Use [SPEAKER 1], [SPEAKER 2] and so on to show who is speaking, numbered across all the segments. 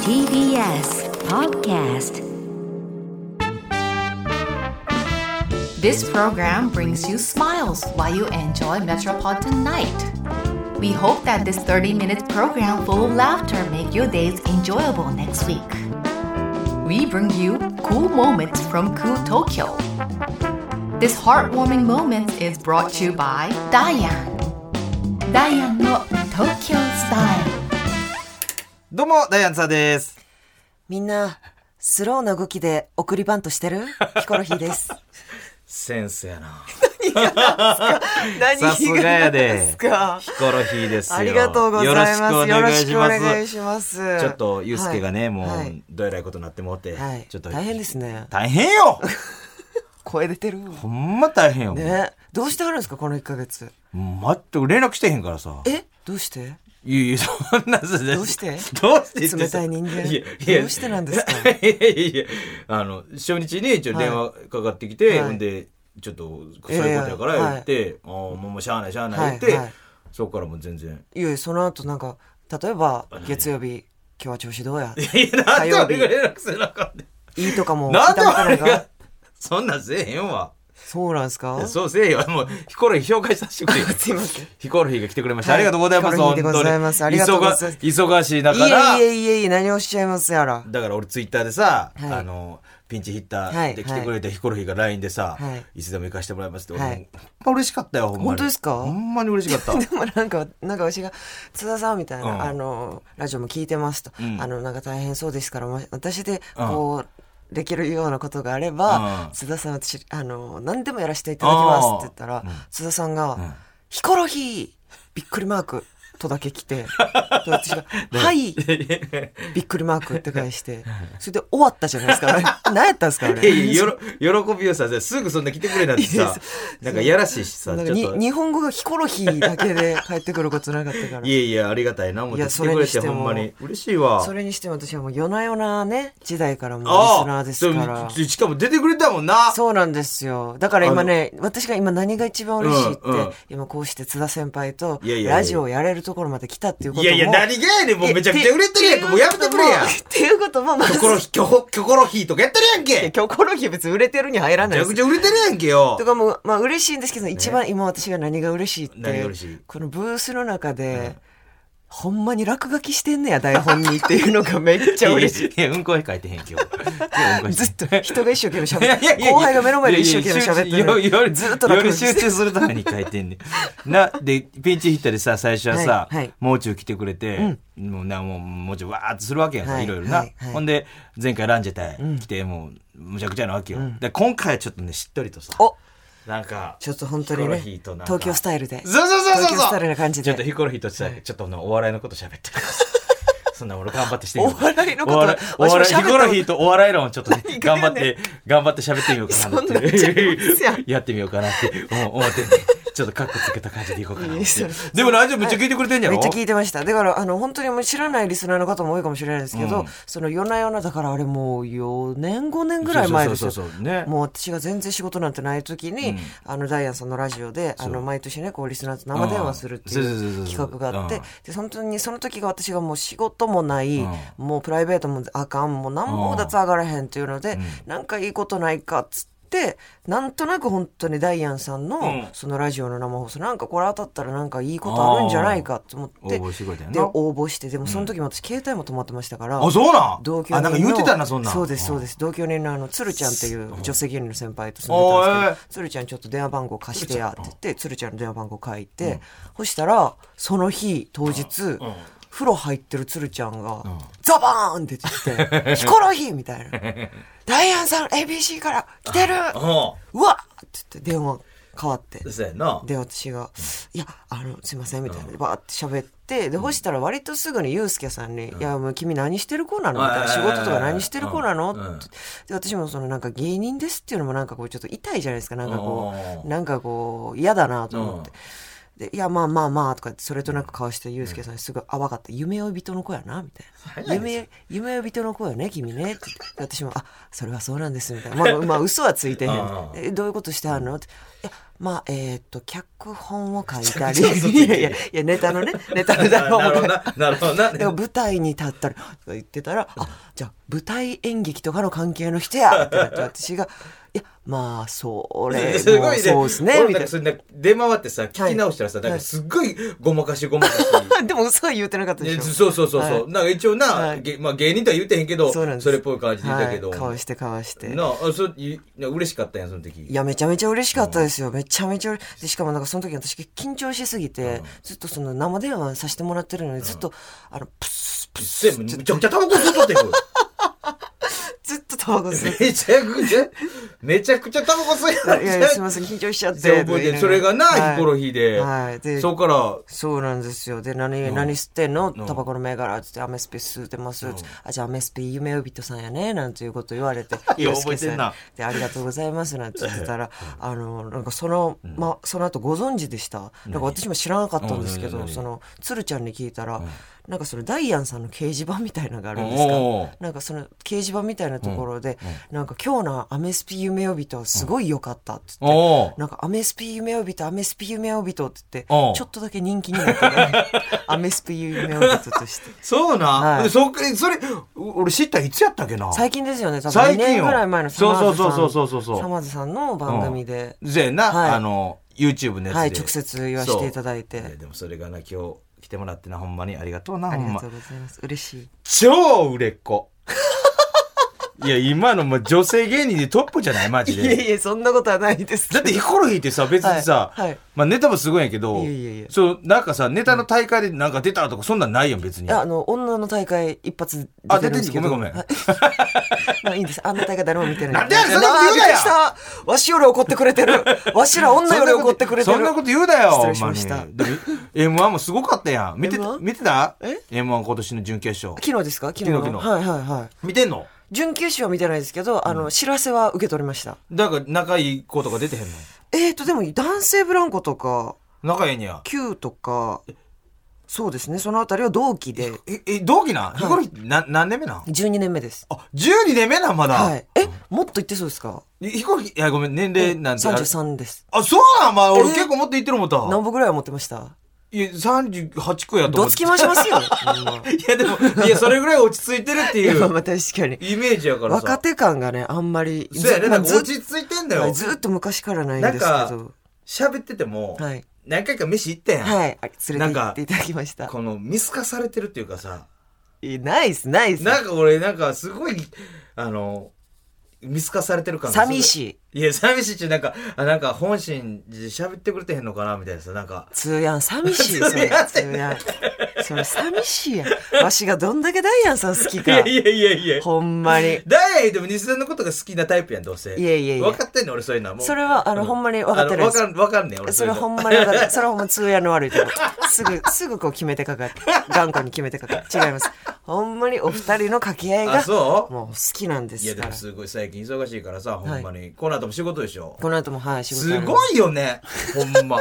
[SPEAKER 1] TBS Podcast
[SPEAKER 2] This program brings you smiles while you enjoy Metropolitan Night. We hope that this 30-minute program full of laughter make your days enjoyable next week. We bring you cool moments from cool Tokyo. This heartwarming moment is brought to you by Diane. Diane の Tokyo Style.
[SPEAKER 3] どうも、ダイアンツァです。
[SPEAKER 4] みんな、スローな動きで送りバントしてるヒコロヒーです。
[SPEAKER 3] センスやな。
[SPEAKER 4] 何
[SPEAKER 3] さすがやで。
[SPEAKER 4] すか
[SPEAKER 3] ヒコロヒーですよ。
[SPEAKER 4] ありがとうございます。
[SPEAKER 3] よ
[SPEAKER 4] よ
[SPEAKER 3] ろ
[SPEAKER 4] ろ
[SPEAKER 3] し
[SPEAKER 4] し
[SPEAKER 3] く
[SPEAKER 4] く
[SPEAKER 3] お
[SPEAKER 4] お
[SPEAKER 3] 願
[SPEAKER 4] 願
[SPEAKER 3] い
[SPEAKER 4] い
[SPEAKER 3] し
[SPEAKER 4] し
[SPEAKER 3] ま
[SPEAKER 4] ます。
[SPEAKER 3] す。ちょっと、ユうスケがね、
[SPEAKER 4] はい
[SPEAKER 3] もう
[SPEAKER 4] はい、
[SPEAKER 3] どえらいことになってもうて
[SPEAKER 4] はい。
[SPEAKER 3] ちょっと、
[SPEAKER 4] 大変ですね。
[SPEAKER 3] 大変 よ
[SPEAKER 4] 声出てる。
[SPEAKER 3] ほんま大変よ。
[SPEAKER 4] ね。どうしてはるんですか、この1ヶ月。
[SPEAKER 3] 全く連絡してへんからさ。
[SPEAKER 4] えどうして
[SPEAKER 3] いやいや、そんな、どう
[SPEAKER 4] どうして
[SPEAKER 3] どうしてってさ
[SPEAKER 4] 冷たい人
[SPEAKER 3] や
[SPEAKER 4] 間
[SPEAKER 3] や
[SPEAKER 4] どうしてなんですか
[SPEAKER 3] いやいやいや、あの、初日に一応電話かかってきて、
[SPEAKER 4] はい
[SPEAKER 3] ほんで、ちょっと、そういうことやから言って、ああ、もうもうしゃあないしゃあない言って、
[SPEAKER 4] はいはい
[SPEAKER 3] そこからもう全然。
[SPEAKER 4] いやいや、その後なんか、例えば、月曜日、今日は調子どうや
[SPEAKER 3] いや、なんで俺が連絡せなあかんねん
[SPEAKER 4] いいとかも、
[SPEAKER 3] なんで
[SPEAKER 4] 痛みか
[SPEAKER 3] 俺
[SPEAKER 4] い
[SPEAKER 3] が、そんなんせえへんわ。
[SPEAKER 4] そうなんですか
[SPEAKER 3] そうせえよ。もう、ヒコロヒー紹介させてくれよ。
[SPEAKER 4] すいません
[SPEAKER 3] ヒコロヒーが来てくれました。
[SPEAKER 4] はい
[SPEAKER 3] ありがとうございます。
[SPEAKER 4] ヒコロヒーでございます
[SPEAKER 3] 本当に
[SPEAKER 4] ありがとうございます
[SPEAKER 3] 忙忙しい
[SPEAKER 4] い
[SPEAKER 3] 中
[SPEAKER 4] や
[SPEAKER 3] だ
[SPEAKER 4] いやいやいや、何をおっしゃいますやら。
[SPEAKER 3] だから俺ツイッターでさ、
[SPEAKER 4] はい
[SPEAKER 3] あの、ピンチヒッターで来てくれてヒコロヒーが LINE でさ、、
[SPEAKER 4] はい
[SPEAKER 3] つでも行かしてもらいますって、
[SPEAKER 4] は
[SPEAKER 3] 俺
[SPEAKER 4] い
[SPEAKER 3] ほんま嬉しかったよ、ほんまに。
[SPEAKER 4] 本当ですか
[SPEAKER 3] ほんまに嬉しかった。
[SPEAKER 4] でもなんか、なんか私が、津田さんみたいな、
[SPEAKER 3] うん
[SPEAKER 4] あの、ラジオも聞いてますと、
[SPEAKER 3] ん
[SPEAKER 4] あの、なんか大変そうですから、もし私で、こう、できるようなことがあれ
[SPEAKER 3] う
[SPEAKER 4] ば、
[SPEAKER 3] ん
[SPEAKER 4] 津田さん、私、あの、何でもやらせていただきますって言ったら、津田さんが、ヒコロヒーびっくりマークとだけ来て、で 私が、はいびっくりマークって返して、 それで終わったじゃないですか。あれ何やったんですか、あ
[SPEAKER 3] いや
[SPEAKER 4] れ。
[SPEAKER 3] いやよろ 喜びをさ、すぐそんな来てくれなんて
[SPEAKER 4] いや
[SPEAKER 3] さ
[SPEAKER 4] そ、
[SPEAKER 3] なんかやらしいし
[SPEAKER 4] な
[SPEAKER 3] さ、ち
[SPEAKER 4] んか
[SPEAKER 3] ょっ
[SPEAKER 4] に
[SPEAKER 3] と。
[SPEAKER 4] 日本語がヒコロヒーだけで帰ってくることなかったから
[SPEAKER 3] い。やいや、ありがたいな、もう
[SPEAKER 4] いや
[SPEAKER 3] 来てくれ
[SPEAKER 4] そ
[SPEAKER 3] て
[SPEAKER 4] れにして
[SPEAKER 3] ほ
[SPEAKER 4] も
[SPEAKER 3] んまに。嬉しいわ。
[SPEAKER 4] それにしても私はもう夜な夜なね、時代からもうリ
[SPEAKER 3] あ
[SPEAKER 4] スナ
[SPEAKER 3] あ
[SPEAKER 4] ーですから。
[SPEAKER 3] でしかも出てくれたもんな。
[SPEAKER 4] そうなんですよ。だから今ね、私が今何が一番嬉しいって、
[SPEAKER 3] うんうん
[SPEAKER 4] 今こうして津田先輩と
[SPEAKER 3] いやいやいや
[SPEAKER 4] ラジオをやれるところまで来たっていうこと
[SPEAKER 3] い
[SPEAKER 4] も。
[SPEAKER 3] やいや、何がやねん、もうめちゃくちゃ売れてるやんか、もうやめてくれや
[SPEAKER 4] っ。ていうことも、まあ、
[SPEAKER 3] キョコロヒ、キョホキョコロヒーとかやってるやんけ。
[SPEAKER 4] キョコロヒー別に売れてるに入ら
[SPEAKER 3] め
[SPEAKER 4] ない
[SPEAKER 3] ち
[SPEAKER 4] で
[SPEAKER 3] ゃくち
[SPEAKER 4] す
[SPEAKER 3] ゃ売れてるやんけよ
[SPEAKER 4] と。かも、まあ嬉しいんですけど、一番今私が何が嬉しいって、
[SPEAKER 3] 何が嬉しい
[SPEAKER 4] このブースの中で、ほんまに落書きしてんねや、台本にっていうのがめっちゃ嬉し い。
[SPEAKER 3] い。や、うんこは書いてへん、今日。今日うんこはして
[SPEAKER 4] ずっと人が一生懸命喋っ
[SPEAKER 3] いやいやい
[SPEAKER 4] て
[SPEAKER 3] や
[SPEAKER 4] る。後輩が目の前で一生懸命喋って
[SPEAKER 3] いやいや集中よよ
[SPEAKER 4] る。ずっと落
[SPEAKER 3] よ
[SPEAKER 4] 書
[SPEAKER 3] り
[SPEAKER 4] き
[SPEAKER 3] 集
[SPEAKER 4] して
[SPEAKER 3] 中するために書いてんねんな、で、ピンチヒッターでさ、最初はさ、
[SPEAKER 4] はいはい
[SPEAKER 3] もう中来てくれて、もうな、もう、もうちょいわーっとするわけやんか、
[SPEAKER 4] はい
[SPEAKER 3] い、ろいろな、
[SPEAKER 4] はいはい
[SPEAKER 3] ほんで、前回ランジェタイ来て、もう、むちゃくちゃなわけよ。で、今回はちょっとね、しっとりとさ、
[SPEAKER 4] お
[SPEAKER 3] なんか、
[SPEAKER 4] ちょっと本当に
[SPEAKER 3] ヒコロ
[SPEAKER 4] ね、
[SPEAKER 3] ヒーとなんか
[SPEAKER 4] 東京スタイルで。
[SPEAKER 3] そうそうそうそうそう
[SPEAKER 4] 東京スタイルな感じ
[SPEAKER 3] ちょっと
[SPEAKER 4] で。
[SPEAKER 3] ヒコロヒーとさ、ちょっとなお笑いのこと 喋ってるそんな俺頑張ってしてみ
[SPEAKER 4] お
[SPEAKER 3] ようか
[SPEAKER 4] 笑いのこ
[SPEAKER 3] お
[SPEAKER 4] と、
[SPEAKER 3] 笑い、お
[SPEAKER 4] 私も
[SPEAKER 3] 笑い、ヒ
[SPEAKER 4] 喋った
[SPEAKER 3] コロヒ
[SPEAKER 4] こ
[SPEAKER 3] ーとお笑い論をちょっ とね、
[SPEAKER 4] が
[SPEAKER 3] 頑張
[SPEAKER 4] や
[SPEAKER 3] っ
[SPEAKER 4] ねん
[SPEAKER 3] て、頑張って喋ってみようかなって
[SPEAKER 4] そんなんちゃいますや ん
[SPEAKER 3] やってみようかなって思思ってんねちょっとカッコつけた感じでいこうかなって
[SPEAKER 4] いやそれ。
[SPEAKER 3] でもラジオめっちゃ聞いてくれてんや
[SPEAKER 4] め
[SPEAKER 3] ろ
[SPEAKER 4] っちゃ聞いてました。だから、あの、本当にもう知らないリスナーの方も多いかもしれないですけど、その夜な夜なだからあれもう4年5年ぐらい前です
[SPEAKER 3] そう
[SPEAKER 4] よ
[SPEAKER 3] そうそうそうね。
[SPEAKER 4] もう私が全然仕事なんてない時に、あのダイアンさんのラジオであの毎年ねこうリスナーと生電話するってい
[SPEAKER 3] うんそうそうそう
[SPEAKER 4] う
[SPEAKER 3] そう
[SPEAKER 4] 企画があって、
[SPEAKER 3] うん
[SPEAKER 4] で本当にその時が私がもう仕事もない、
[SPEAKER 3] うん
[SPEAKER 4] もうプライベートもあかんもう何も脱上がらへんっていうので、なんかいいことないかっつって。なんとなく本当にダイアンさん
[SPEAKER 3] ん
[SPEAKER 4] のそのラジオの生放送なんかこれ当たったらなんかいいことあるんじゃないかと思って
[SPEAKER 3] あー応募してくれたよな
[SPEAKER 4] で応募してでもその時も私携帯も止まってましたから、
[SPEAKER 3] あ、そうなん
[SPEAKER 4] 同居人の
[SPEAKER 3] あ、なんか言ってたな、そんなん。
[SPEAKER 4] そうですそううです同居人のあの鶴ちゃんっていう女性芸人の先輩と住
[SPEAKER 3] お
[SPEAKER 4] ん
[SPEAKER 3] ー
[SPEAKER 4] でたん
[SPEAKER 3] え
[SPEAKER 4] で
[SPEAKER 3] ー
[SPEAKER 4] すけど鶴ちゃんちょっと電話番号貸してやって言って鶴ちゃんの電話番号書いて、そしたらその日当日、風呂入ってる鶴ちゃんが、ザバーンって言って、 ヒコロヒーみたいな。ダイアンさん ABC から来てる
[SPEAKER 3] ん。そう
[SPEAKER 4] わっって言って電話変わって
[SPEAKER 3] う。。そうやな。
[SPEAKER 4] で私が「いやあのすいません」みたいなでバーって喋ってで干したら割とすぐにユースケさんに「いやもう君何してる子なの?」みたいな「仕事とか何してる子なの?」
[SPEAKER 3] うん
[SPEAKER 4] ってで私もそのなんか芸人ですっていうのもなんかこうちょっと痛いじゃないですかなんかこ
[SPEAKER 3] う
[SPEAKER 4] うんなんかこう嫌だなと思って。でいやまあまあまあとか言ってそれとなくかわしてユースケさんにすぐ「あ分かった夢追い人の子やな」みたいな「
[SPEAKER 3] 早いですよ
[SPEAKER 4] 夢夢追い人の子よね君ね」って言ってで私も「あそれはそうなんです」みたいな「まあ、まあ、嘘はついてへん」
[SPEAKER 3] うん
[SPEAKER 4] えどういうことしてはんの?」って「いやまあ、えっ、と、脚本を書い たり、
[SPEAKER 3] めちゃくちゃ嘘ついて
[SPEAKER 4] いや
[SPEAKER 3] る
[SPEAKER 4] いや、いやネタ のね、ネタ の台本
[SPEAKER 3] なるほ
[SPEAKER 4] を書
[SPEAKER 3] ど
[SPEAKER 4] い
[SPEAKER 3] な。なるほどな。
[SPEAKER 4] でも舞台に立ったりとか言ってたら、あ、じゃあ舞台演劇とかの関係の人やってなって私が、いや、まあ、そ れ、
[SPEAKER 3] す
[SPEAKER 4] も
[SPEAKER 3] ご
[SPEAKER 4] う
[SPEAKER 3] いね。
[SPEAKER 4] そうですね、
[SPEAKER 3] 俺
[SPEAKER 4] み
[SPEAKER 3] なん
[SPEAKER 4] たい
[SPEAKER 3] かそれなんか出回ってさ、聞き直したらさ、
[SPEAKER 4] はい
[SPEAKER 3] なんかすっごいごまかしごまかし。
[SPEAKER 4] な。 でも嘘は言うてなかったで
[SPEAKER 3] ね
[SPEAKER 4] しょ。
[SPEAKER 3] そうそうそうそう、
[SPEAKER 4] はい
[SPEAKER 3] なんか一応な、
[SPEAKER 4] はい
[SPEAKER 3] げまあ、芸人とは言ってへんけど
[SPEAKER 4] そうなんです
[SPEAKER 3] れっぽい感じで言ったけど、
[SPEAKER 4] はい、かわしてかわして
[SPEAKER 3] なああそういな嬉しかったやんその時
[SPEAKER 4] いやめちゃめちゃ嬉しかったですよ、めちゃめちゃ嬉でしかもなんかその時私緊張しすぎて、ずっとその生電話させてもらってるのにずっと、あのプスプ
[SPEAKER 3] せ
[SPEAKER 4] ス
[SPEAKER 3] めちゃくちゃタバコ吸っとってん
[SPEAKER 4] ずっとタバコ吸って
[SPEAKER 3] めちゃくちゃめちゃくちゃタバコ 吸い
[SPEAKER 4] いやいやすいま
[SPEAKER 3] せ
[SPEAKER 4] せん緊張しちゃって
[SPEAKER 3] 覚えてそれがな、ヒコロ
[SPEAKER 4] ヒ
[SPEAKER 3] ヒーで、
[SPEAKER 4] はいで
[SPEAKER 3] そこから。
[SPEAKER 4] そうなんですよ。で、何、何吸ってんのタバコの銘柄つって、アメスピ吸ってます。あ、じゃあアメスピ夢呼人さんやね。なんていうこと言われて
[SPEAKER 3] よう
[SPEAKER 4] ユースケ
[SPEAKER 3] 覚えてん
[SPEAKER 4] さ
[SPEAKER 3] なん
[SPEAKER 4] で、ありがとうございます。なんて言ってたら、あの、なんかその、ま、その後ご存知でした。なんか私も知らなかったんですけ
[SPEAKER 3] うん
[SPEAKER 4] ど、
[SPEAKER 3] 何
[SPEAKER 4] その、つるちゃんに聞いたら、なんかそのダイアンさんの掲示板みたいなのがあるんですか
[SPEAKER 3] おう
[SPEAKER 4] なんかその掲示板みたいなところで、なんか今日のアメスピ夢呼人すごい良かったって言って
[SPEAKER 3] おー
[SPEAKER 4] なんか、アメスピ夢呼人、アメスピ夢呼人って言って、ち
[SPEAKER 3] おう
[SPEAKER 4] ょっとだけ人気になっ たね。アメスピ夢呼人として。
[SPEAKER 3] そうな、
[SPEAKER 4] はい
[SPEAKER 3] でそっかそれ俺知ったんいつやったっけな
[SPEAKER 4] 最近ですよね、多分
[SPEAKER 3] 最
[SPEAKER 4] 2
[SPEAKER 3] 近よ
[SPEAKER 4] 年ぐらい前のサ
[SPEAKER 3] そ
[SPEAKER 4] マ
[SPEAKER 3] う
[SPEAKER 4] ー
[SPEAKER 3] そう
[SPEAKER 4] ズさん。
[SPEAKER 3] そうそうそうそう
[SPEAKER 4] サマーズさんの番組で、
[SPEAKER 3] ぜな、
[SPEAKER 4] はい
[SPEAKER 3] あの YouTube のやつで、
[SPEAKER 4] はい、直接言わせていただい
[SPEAKER 3] そうや
[SPEAKER 4] て。
[SPEAKER 3] でもそれがな今日来てもらってなほんまにありがとうな
[SPEAKER 4] あ
[SPEAKER 3] ほ
[SPEAKER 4] り
[SPEAKER 3] ん
[SPEAKER 4] が
[SPEAKER 3] ま
[SPEAKER 4] とうございます。嬉しい。
[SPEAKER 3] 超売れっ子 いや今のもう女性芸人でトップじゃないマジ
[SPEAKER 4] いや
[SPEAKER 3] で
[SPEAKER 4] いや、そんなことはないですけ
[SPEAKER 3] だっ
[SPEAKER 4] ど。
[SPEAKER 3] てヒコロヒーってさ別にさ、
[SPEAKER 4] はいはい
[SPEAKER 3] まあ、ネタもすごいんやけど
[SPEAKER 4] いやいやいや
[SPEAKER 3] そうなんかさネタの大会でなんか出たとかそんなんないやん別に
[SPEAKER 4] いやあの、女の大会一発
[SPEAKER 3] あ
[SPEAKER 4] 出
[SPEAKER 3] 出
[SPEAKER 4] て
[SPEAKER 3] て
[SPEAKER 4] る
[SPEAKER 3] ん
[SPEAKER 4] ん
[SPEAKER 3] のご
[SPEAKER 4] ですけど。
[SPEAKER 3] めんごめん
[SPEAKER 4] はい まあいいんです。あんな大会誰も見てない。
[SPEAKER 3] なんでやねんそんなこと言うなや
[SPEAKER 4] びっくりしたわしより怒ってくれてる。わしら女より怒ってくれてる。
[SPEAKER 3] そんなこと言うなよ
[SPEAKER 4] 失礼しました
[SPEAKER 3] ほんにだって M1 もすごかったやん見て
[SPEAKER 4] M1？
[SPEAKER 3] 見てた
[SPEAKER 4] え
[SPEAKER 3] M1 今年の準決勝
[SPEAKER 4] 昨日ですか昨日の
[SPEAKER 3] 昨日昨日
[SPEAKER 4] はいはいはい
[SPEAKER 3] 見てんの
[SPEAKER 4] 準決勝は見てないですけど、あの知らせは受け取りました
[SPEAKER 3] だから仲いい子とか出てへんの
[SPEAKER 4] えーとでも男性ブランコとか
[SPEAKER 3] 仲いいんや
[SPEAKER 4] Q とかそうですねそのあたりは同期で
[SPEAKER 3] ええ同期なんヒコロヒーな何年目なん
[SPEAKER 4] 12年目です
[SPEAKER 3] あ12年目なんまだ、
[SPEAKER 4] はいえもっと言ってそうですか
[SPEAKER 3] 飛行機、いや、ごめん、年齢なんてあれ。
[SPEAKER 4] 33です
[SPEAKER 3] あ、そうなんまあ、俺
[SPEAKER 4] え
[SPEAKER 3] 結構持って言ってる思ったわ。
[SPEAKER 4] 何歩ぐらいは持ってました
[SPEAKER 3] いや、38個やと
[SPEAKER 4] ど
[SPEAKER 3] 思っ
[SPEAKER 4] つ
[SPEAKER 3] て。
[SPEAKER 4] き回しますよ、 ほんま
[SPEAKER 3] いや、でも、いや、それぐらい落ち着いてるってい
[SPEAKER 4] いやま
[SPEAKER 3] う
[SPEAKER 4] あ確かに
[SPEAKER 3] イメージやからさ。
[SPEAKER 4] 若手感がねあんまり
[SPEAKER 3] そうやね、
[SPEAKER 4] ま
[SPEAKER 3] な
[SPEAKER 4] あ
[SPEAKER 3] んか
[SPEAKER 4] ず
[SPEAKER 3] 落
[SPEAKER 4] っ
[SPEAKER 3] ち着いてんだ
[SPEAKER 4] は
[SPEAKER 3] よ
[SPEAKER 4] い。ずっと昔からないん
[SPEAKER 3] な
[SPEAKER 4] で
[SPEAKER 3] ん
[SPEAKER 4] すけ
[SPEAKER 3] か
[SPEAKER 4] ど、
[SPEAKER 3] 喋ってても
[SPEAKER 4] はい、
[SPEAKER 3] 何回か飯行ったやん。
[SPEAKER 4] はいあ連れて行っていただきました
[SPEAKER 3] この、見透かされてるっていうかさ、
[SPEAKER 4] いナイスナイス
[SPEAKER 3] なんか俺、なんかすごい、あの、見透かされてる感がすご
[SPEAKER 4] 寂しい
[SPEAKER 3] い。いや、寂しいって、なんか、あなんか本心で喋ってくれてへんのかな、みたいなさ、なんか。
[SPEAKER 4] 通やん寂しいそ
[SPEAKER 3] 通
[SPEAKER 4] れ
[SPEAKER 3] やん
[SPEAKER 4] 通やんそれ寂しいやんわしがどんだけダイアンさん好き
[SPEAKER 3] い
[SPEAKER 4] か
[SPEAKER 3] やいやいやいや。
[SPEAKER 4] ほんまに
[SPEAKER 3] ダイエイでも西田のことが好きなタイプやん、どうせ。
[SPEAKER 4] いやいやいや
[SPEAKER 3] 分かってんねん、俺そういうのは。もう
[SPEAKER 4] それはあの
[SPEAKER 3] うん
[SPEAKER 4] ほんまに分かってな
[SPEAKER 3] あ
[SPEAKER 4] い
[SPEAKER 3] の
[SPEAKER 4] です
[SPEAKER 3] 分かん、分かんねん、俺
[SPEAKER 4] それ
[SPEAKER 3] ういうの
[SPEAKER 4] ほんまに分かるそれはほんま通やんの悪いとこすぐすぐこう決めてかかって頑固に決めてかかって違いますほんまにお二人の掛け合い
[SPEAKER 3] あ、
[SPEAKER 4] が
[SPEAKER 3] そう
[SPEAKER 4] もう好きなんで
[SPEAKER 3] いや、
[SPEAKER 4] す
[SPEAKER 3] で
[SPEAKER 4] か
[SPEAKER 3] も
[SPEAKER 4] ら
[SPEAKER 3] すごい最近忙しいからさ、ほんまに。この後も仕事でしょ。
[SPEAKER 4] この後もはい仕事
[SPEAKER 3] す
[SPEAKER 4] い
[SPEAKER 3] ごいよね、ほんま。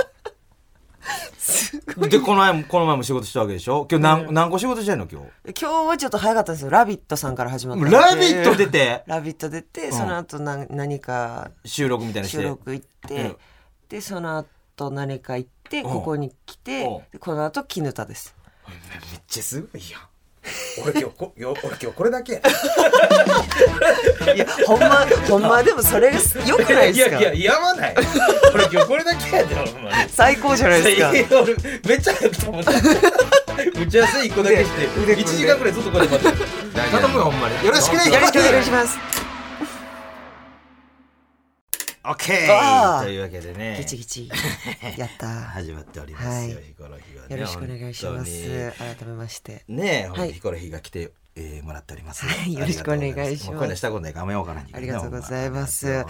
[SPEAKER 3] で、この前も、この前も仕事したわけでしょ今日何、何個仕事してんの今日。
[SPEAKER 4] 今日はちょっと早かったんですよ「ラビット!」さんから始まったんで
[SPEAKER 3] ラビット出て、
[SPEAKER 4] ラビット!」出てその後な何か
[SPEAKER 3] 収録みたいなして。
[SPEAKER 4] 収録行って、
[SPEAKER 3] うん
[SPEAKER 4] でその後何か行って
[SPEAKER 3] うん
[SPEAKER 4] ここに来て
[SPEAKER 3] うん
[SPEAKER 4] でこの後絹田です
[SPEAKER 3] めっちゃすごいやん。俺今日こ、よ俺今日これだけ。
[SPEAKER 4] いやほんまほんまでもそれ よくない
[SPEAKER 3] い
[SPEAKER 4] ですか
[SPEAKER 3] やいや、やまない。俺今日これだけやで、ほんまに。
[SPEAKER 4] 最高じゃないですか
[SPEAKER 3] いや俺めっちゃ早くと思った打ち合わせ一個だけして
[SPEAKER 4] 腕腕組んで
[SPEAKER 3] 1時間ぐらいずっとこうやって待ってる頼むよほんまによろしくね
[SPEAKER 4] よろしくお願いします
[SPEAKER 3] オッケ
[SPEAKER 4] あ
[SPEAKER 3] ー
[SPEAKER 4] ー
[SPEAKER 3] というわけでね
[SPEAKER 4] ギチ ギチやった
[SPEAKER 3] 始まっておりますよ
[SPEAKER 4] はい
[SPEAKER 3] ヒコロヒーはね
[SPEAKER 4] よろしくお願いしま
[SPEAKER 3] 本
[SPEAKER 4] す改めまして
[SPEAKER 3] 当にねえ
[SPEAKER 4] はい
[SPEAKER 3] ヒコロヒーが来てえーもらっております
[SPEAKER 4] はいよろしくお願いします
[SPEAKER 3] ありがとうござもうこんなんしたことないからあんまようわからんけど
[SPEAKER 4] あ
[SPEAKER 3] ね
[SPEAKER 4] りがとうございます
[SPEAKER 3] ほん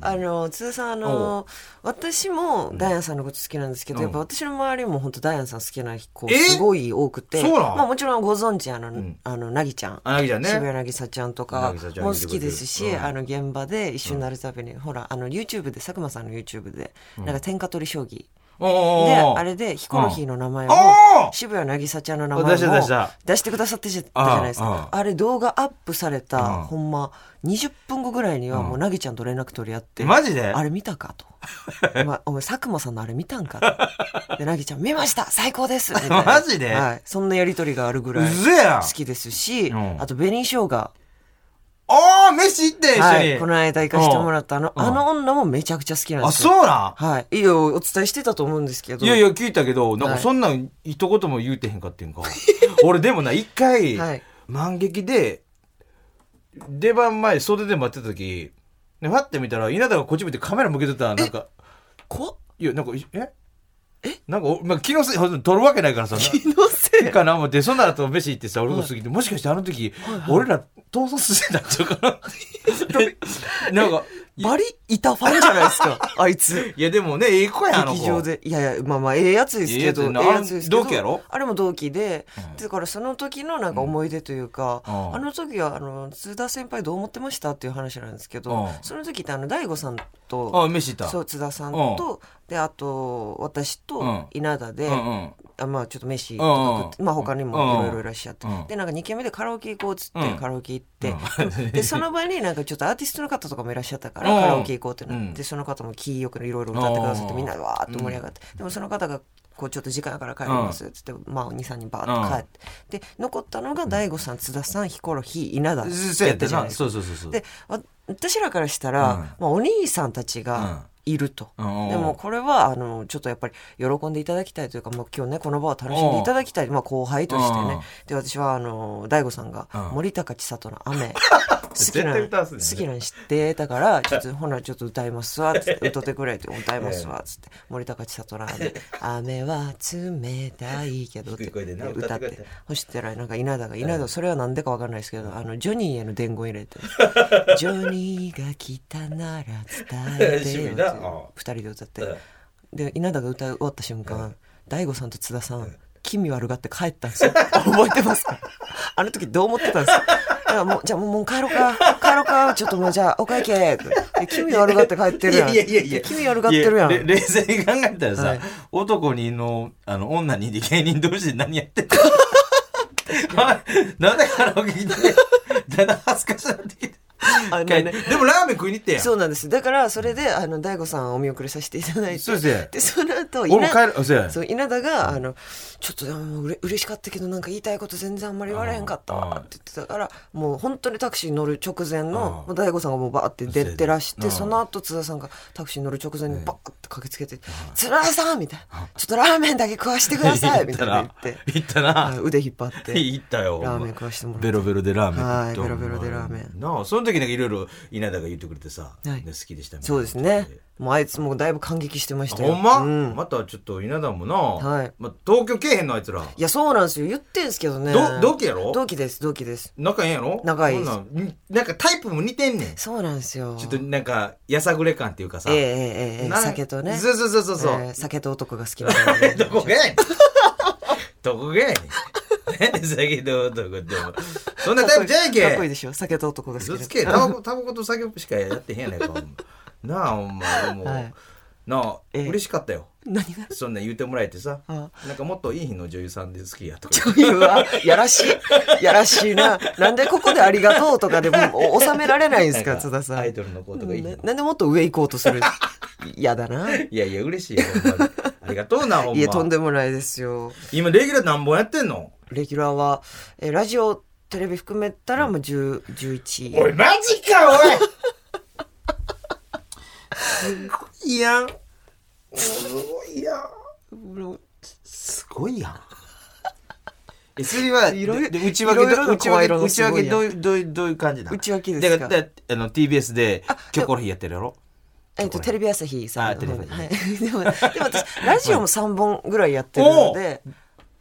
[SPEAKER 3] ま
[SPEAKER 4] あの通さんあの私もダイアンさんのこと好きなんですけど、
[SPEAKER 3] うん
[SPEAKER 4] やっぱ私の周りも本当ダイアンさん好きな子
[SPEAKER 3] え
[SPEAKER 4] すごい多くて
[SPEAKER 3] そうなん
[SPEAKER 4] まあ、もちろんご存知あの、
[SPEAKER 3] ん
[SPEAKER 4] あのなぎちゃん
[SPEAKER 3] あなぎちゃんね
[SPEAKER 4] 渋谷なぎさちゃんとか
[SPEAKER 3] 渚ちゃん
[SPEAKER 4] も好きですし、
[SPEAKER 3] うん
[SPEAKER 4] あの現場で一緒になるたびに、ほらあの YouTube で佐久間さんの YouTube でなんか天下取り将棋
[SPEAKER 3] お
[SPEAKER 4] で
[SPEAKER 3] ー
[SPEAKER 4] あれでヒコロヒーの名前を
[SPEAKER 3] おー
[SPEAKER 4] 渋谷渚ちゃんの名前も
[SPEAKER 3] 出した出した
[SPEAKER 4] 出してくださってじゃったじゃないですか
[SPEAKER 3] あ
[SPEAKER 4] あれ動画アップされた
[SPEAKER 3] うん
[SPEAKER 4] ほんま20分後ぐらいにはもうなぎちゃんと連絡取り合って
[SPEAKER 3] マジで
[SPEAKER 4] あれ見たかとお前お前佐久間さんのあれ見たんか とでなぎちゃん見ました最高ですみたいな
[SPEAKER 3] マジで
[SPEAKER 4] はい、そんなやり取りがあるぐ
[SPEAKER 3] う
[SPEAKER 4] らい
[SPEAKER 3] ぜやん
[SPEAKER 4] 好きですし
[SPEAKER 3] うん
[SPEAKER 4] あと紅生姜
[SPEAKER 3] ああ飯行ってん一緒に、
[SPEAKER 4] はい、この間行かしてもらったあの、
[SPEAKER 3] うん
[SPEAKER 4] あの女もめちゃくちゃ好きなん
[SPEAKER 3] あ
[SPEAKER 4] ですよ。
[SPEAKER 3] そうなん
[SPEAKER 4] はい。いいよ、お伝えしてたと思うんですけど。
[SPEAKER 3] いやいや聞いたけどなんか
[SPEAKER 4] はい
[SPEAKER 3] そんなん一言も言うてへんかってん か俺でもな一回、
[SPEAKER 4] はい
[SPEAKER 3] 満劇で出番前袖で待ってた時でファって見たら稲田がこっち向いてカメラ向けてたなんか
[SPEAKER 4] こ
[SPEAKER 3] いやなんかええなんか、おまあ、気のせい撮るわけないからさ
[SPEAKER 4] 気のせい。
[SPEAKER 3] かな思ってそんならと飯行ってさ俺も過ぎてもしかしてあの時、俺ら統率してたんちゃうか ななんか
[SPEAKER 4] バリいたファンじゃないですか、あ いつ。
[SPEAKER 3] いやでもねええ子やなあの
[SPEAKER 4] 劇場
[SPEAKER 3] 子
[SPEAKER 4] で。いやいや、まあまあ、ええやつですけど、
[SPEAKER 3] ええやつな
[SPEAKER 4] ええやつですけど。
[SPEAKER 3] 同期やろ
[SPEAKER 4] あれも同期で、だからその時のなんか思い出というか、
[SPEAKER 3] うん
[SPEAKER 4] あの時は、あの、津田先輩どう思ってましたっていう話なんですけど、
[SPEAKER 3] うん
[SPEAKER 4] その時ってあの、大悟さんと、
[SPEAKER 3] あ飯行った
[SPEAKER 4] そう、津田さんと、で、あと、私
[SPEAKER 3] う
[SPEAKER 4] と
[SPEAKER 3] ん、
[SPEAKER 4] 稲田で、
[SPEAKER 3] うんうん
[SPEAKER 4] あまあちょっと飯とか食って、
[SPEAKER 3] うんうん
[SPEAKER 4] まあ他にもいろいろいらっしゃって、
[SPEAKER 3] うん
[SPEAKER 4] でなんか2軒目でカラオケ行こうっつって、
[SPEAKER 3] うん
[SPEAKER 4] カラオケ行って、
[SPEAKER 3] うん
[SPEAKER 4] で その場になんかちょっとアーティストの方とかもいらっしゃったか
[SPEAKER 3] う
[SPEAKER 4] ら、
[SPEAKER 3] ん
[SPEAKER 4] カラオケ行こうってなって、
[SPEAKER 3] うん
[SPEAKER 4] その方もキーよくいろいろ歌ってくださって、
[SPEAKER 3] うん
[SPEAKER 4] みんなでわーっと盛り上がって、でもその方がこうちょっと時間やから帰りますっつって、まあ23人バーっと帰って、で残ったのが大悟さん津田さんヒコロヒー稲田って
[SPEAKER 3] そう
[SPEAKER 4] や
[SPEAKER 3] や
[SPEAKER 4] っ
[SPEAKER 3] ったた
[SPEAKER 4] じゃない
[SPEAKER 3] な
[SPEAKER 4] ですか。
[SPEAKER 3] そうそうそうそう
[SPEAKER 4] でわ私らからしたら、
[SPEAKER 3] うん
[SPEAKER 4] まあ、お兄さんたちがいると、
[SPEAKER 3] うん
[SPEAKER 4] でもこれはあのちょっとやっぱり喜んでいただきたいというか、まあ、今日ねこの場を楽しんでいただきたい、まあ、後輩としてね、
[SPEAKER 3] うん
[SPEAKER 4] で私はあの大悟さんが
[SPEAKER 3] うん
[SPEAKER 4] 森高千里の雨好き
[SPEAKER 3] 絶
[SPEAKER 4] な
[SPEAKER 3] 対
[SPEAKER 4] ん
[SPEAKER 3] 歌わす
[SPEAKER 4] 好
[SPEAKER 3] ね
[SPEAKER 4] きなん知ってたからちょっとほなちょっと歌いますわっつって歌ってくれって歌いますわっつ って森高千里の雨雨は冷たいけどって
[SPEAKER 3] 低い声でな
[SPEAKER 4] 歌
[SPEAKER 3] 歌
[SPEAKER 4] っ
[SPEAKER 3] ってくれ
[SPEAKER 4] て
[SPEAKER 3] て
[SPEAKER 4] そしたらなんか稲田が 稲田それは何でか分かんないですけどあのジョニーへの伝言入れて「ジョニーが来たなら伝えてよ」
[SPEAKER 3] 渋い
[SPEAKER 4] っ
[SPEAKER 3] な
[SPEAKER 4] て
[SPEAKER 3] あ
[SPEAKER 4] 2人で歌って
[SPEAKER 3] うん
[SPEAKER 4] で稲田が歌い終わった瞬間大悟さんと津田さん気味悪がって帰った んですよ覚えてますかあの時どう思ってたんですかだからもうじゃあもうもう帰ろうか帰ろうかちょっともうじゃあお会計で気味悪がって帰ってるやん
[SPEAKER 3] いやいやいや
[SPEAKER 4] 気味悪がってるやん
[SPEAKER 3] いれ冷静に考えたらさ、
[SPEAKER 4] はい
[SPEAKER 3] 男にの、あの、女にで芸人同士で何や ってんの あなんでカラオケ行って、だんだん恥ずかしなってきて。
[SPEAKER 4] あのね
[SPEAKER 3] でもラーメン食いに行ってやん。
[SPEAKER 4] そうなんです。だから、それで、あの、大悟さんをお見送りさせていただいて。
[SPEAKER 3] そうですね
[SPEAKER 4] で、その後、
[SPEAKER 3] 俺も
[SPEAKER 4] 稲
[SPEAKER 3] 帰る、そうや
[SPEAKER 4] そう稲田が、あの、ちょっとでもうれ嬉しかったけど、なんか言いたいこと全然あんまり言われへんかった
[SPEAKER 3] うん
[SPEAKER 4] わって言ってたから、もう本当にタクシーに乗る直前の、
[SPEAKER 3] う
[SPEAKER 4] もう大悟さんがもうバーって出てらし
[SPEAKER 3] う
[SPEAKER 4] て、
[SPEAKER 3] ん
[SPEAKER 4] その後津田さんがタクシーに乗る直前にバーって駆けつけて、津田さんみたいな、ちょっとラーメンだけ食わしてくださいみたいな言って、
[SPEAKER 3] 行った
[SPEAKER 4] は
[SPEAKER 3] な。
[SPEAKER 4] い
[SPEAKER 3] 行っ
[SPEAKER 4] 腕引っ張ったて
[SPEAKER 3] な。、行ったよ。
[SPEAKER 4] ラーメン食わしてもらって
[SPEAKER 3] ベロベロでラーメン
[SPEAKER 4] はい
[SPEAKER 3] 食った
[SPEAKER 4] ベロベロでラーメン
[SPEAKER 3] お前なあ、その時なんかいろいろ稲田が言ってくれてさ、
[SPEAKER 4] はい
[SPEAKER 3] ね好きでしたみたいな
[SPEAKER 4] そうですね。もうあいつもだいぶ感激してましたよ。
[SPEAKER 3] ほんま、
[SPEAKER 4] うん
[SPEAKER 3] またちょっと稲田もな、
[SPEAKER 4] はい
[SPEAKER 3] ま、東京来えへんのあいつら。
[SPEAKER 4] いや、そうなんですよ。言ってんすけどね。
[SPEAKER 3] ど同期やろ
[SPEAKER 4] 同期です、同期です。
[SPEAKER 3] 仲ええんやろ
[SPEAKER 4] 仲い
[SPEAKER 3] ほ
[SPEAKER 4] いで
[SPEAKER 3] ん
[SPEAKER 4] す
[SPEAKER 3] なんになんかタイプも似てんねん。
[SPEAKER 4] そうなんですよ。
[SPEAKER 3] ちょっとなんか、やさぐれ感っていうかさ。
[SPEAKER 4] ええええええ
[SPEAKER 3] な
[SPEAKER 4] 酒とね。
[SPEAKER 3] そうそうそうそうそう。
[SPEAKER 4] ええ酒と男が好きみたい な。
[SPEAKER 3] どこがやねん。どこがやねん。なんで酒と男ってお前。そんなタイプじゃやんけ。
[SPEAKER 4] かっこいいでしょ。酒と男が好き
[SPEAKER 3] 嘘
[SPEAKER 4] な
[SPEAKER 3] つけ。タバコタバコと酒しかやってへんやないか。お前なあ、お前。でも
[SPEAKER 4] はい
[SPEAKER 3] なあ、
[SPEAKER 4] ええ
[SPEAKER 3] 嬉しかったよ。
[SPEAKER 4] 何が
[SPEAKER 3] そんなん言うてもらえてさ。
[SPEAKER 4] あ
[SPEAKER 3] なんかもっといい日の女優さんで好きやとか。
[SPEAKER 4] というわ、やらしい。やらしいな。なんでここでありがとうとか でもお収められないんですか、
[SPEAKER 3] なん
[SPEAKER 4] 津田さん。
[SPEAKER 3] アイドルの子とかいいの
[SPEAKER 4] ななんでもっと上行こうとす る。嫌だな。い
[SPEAKER 3] いやいや、嬉しいよ。ほん まにありがとうな、ほん
[SPEAKER 4] え、とん
[SPEAKER 3] ま。
[SPEAKER 4] でもないですよ。
[SPEAKER 3] 今、レギュラー何本やってんの
[SPEAKER 4] レギュラーは、えラジオ、テレビ含めたらもう10、11。
[SPEAKER 3] おい、マジか、おいすごいやん。すごいやん。すごいやん。え、それは、
[SPEAKER 4] いろいろ
[SPEAKER 3] でで内訳
[SPEAKER 4] いろいろ
[SPEAKER 3] ど、
[SPEAKER 4] な
[SPEAKER 3] 内訳
[SPEAKER 4] 声色、の
[SPEAKER 3] 内
[SPEAKER 4] すご
[SPEAKER 3] 訳
[SPEAKER 4] いやん
[SPEAKER 3] どういう、どういう、どういう感じなの
[SPEAKER 4] 内訳ですか
[SPEAKER 3] だらだあの、TBS で、キョコロヒーやってるやろ
[SPEAKER 4] えっと、テレビ朝日さんの方で。
[SPEAKER 3] あ
[SPEAKER 4] はい。 でも、でも私、ラジオも3本ぐらいやってるので、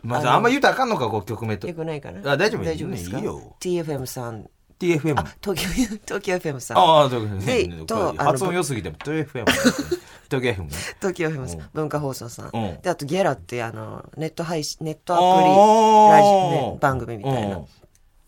[SPEAKER 3] ま
[SPEAKER 4] あ
[SPEAKER 3] あ
[SPEAKER 4] の
[SPEAKER 3] さ、あんま言うたらあかんのか、こう、曲名と
[SPEAKER 4] よ。くないかな。
[SPEAKER 3] あ大丈夫
[SPEAKER 4] 大丈夫ですか
[SPEAKER 3] いいよ
[SPEAKER 4] ?TFM さん、
[SPEAKER 3] TFM。
[SPEAKER 4] 東京、 東京 FM さん、
[SPEAKER 3] ああ、そうか
[SPEAKER 4] で
[SPEAKER 3] ね
[SPEAKER 4] とあの
[SPEAKER 3] 発音良すぎて、TFM。TFM ね。
[SPEAKER 4] 東京 FM さ
[SPEAKER 3] うん
[SPEAKER 4] ん、文化放送さん
[SPEAKER 3] うん、
[SPEAKER 4] で、あとゲラっていうああの、ネット配信、ネット
[SPEAKER 3] あ
[SPEAKER 4] アプリ、
[SPEAKER 3] ー
[SPEAKER 4] ラジオね、番組みたい
[SPEAKER 3] うん
[SPEAKER 4] な。